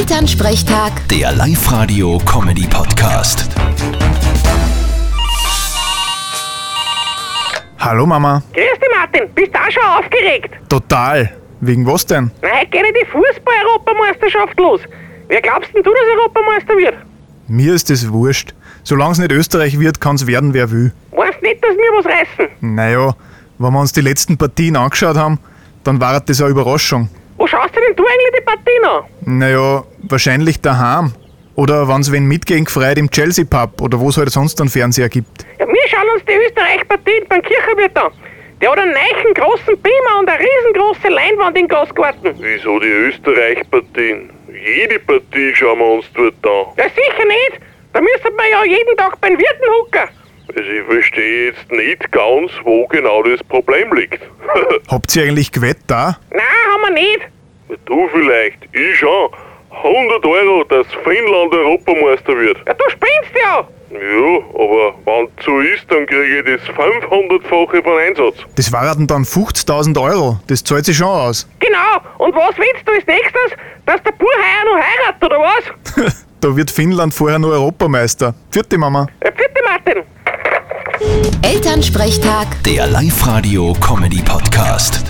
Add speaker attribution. Speaker 1: Elternsprechtag,
Speaker 2: Der Live-Radio-Comedy-Podcast.
Speaker 3: Hallo Mama.
Speaker 4: Grüß dich, Martin. Bist du auch schon aufgeregt?
Speaker 3: Total. Wegen was denn?
Speaker 4: Na, heute geht ja die Fußball-Europameisterschaft los. Wer glaubst denn du, dass Europameister wird?
Speaker 3: Mir ist es wurscht. Solange es nicht Österreich wird, kann's werden, wer will.
Speaker 4: Weißt nicht, dass wir was reißen?
Speaker 3: Naja, wenn wir uns die letzten Partien angeschaut haben, dann war das eine Überraschung.
Speaker 4: Wo schaust du denn du eigentlich die Partien an?
Speaker 3: Naja, wahrscheinlich daheim. Oder wenn's wen mitgehen gefreut im Chelsea Pub oder wo's halt sonst einen Fernseher gibt.
Speaker 4: Ja, wir schauen uns die Österreich-Partien beim Kirchenwirt an. Der hat einen neichen großen Beamer und eine riesengroße Leinwand im Gastgarten.
Speaker 5: Wieso die Österreich-Partien? Jede Partie schauen wir uns dort an.
Speaker 4: Ja, sicher nicht. Da müssen wir ja jeden Tag beim Wirten hucken.
Speaker 5: Also ich verstehe jetzt nicht ganz, wo genau das Problem liegt.
Speaker 3: Habt ihr eigentlich gewettet da?
Speaker 4: Nein, haben wir nicht.
Speaker 5: du vielleicht, ich schon. 100 Euro, dass Finnland Europameister wird.
Speaker 4: Ja, du spinnst ja.
Speaker 5: Ja, aber wenn so ist, dann kriege ich das 500-fache von Einsatz.
Speaker 3: Das waren dann 50.000 Euro. Das zahlt sich schon aus.
Speaker 4: Genau. Und was willst du als nächstes? Dass der Bur heuer noch heiratet, oder was?
Speaker 3: da wird Finnland vorher nur Europameister. Vierte Mama.
Speaker 4: Ja, bitte, Martin.
Speaker 1: Elternsprechtag.
Speaker 2: Der Live-Radio-Comedy-Podcast.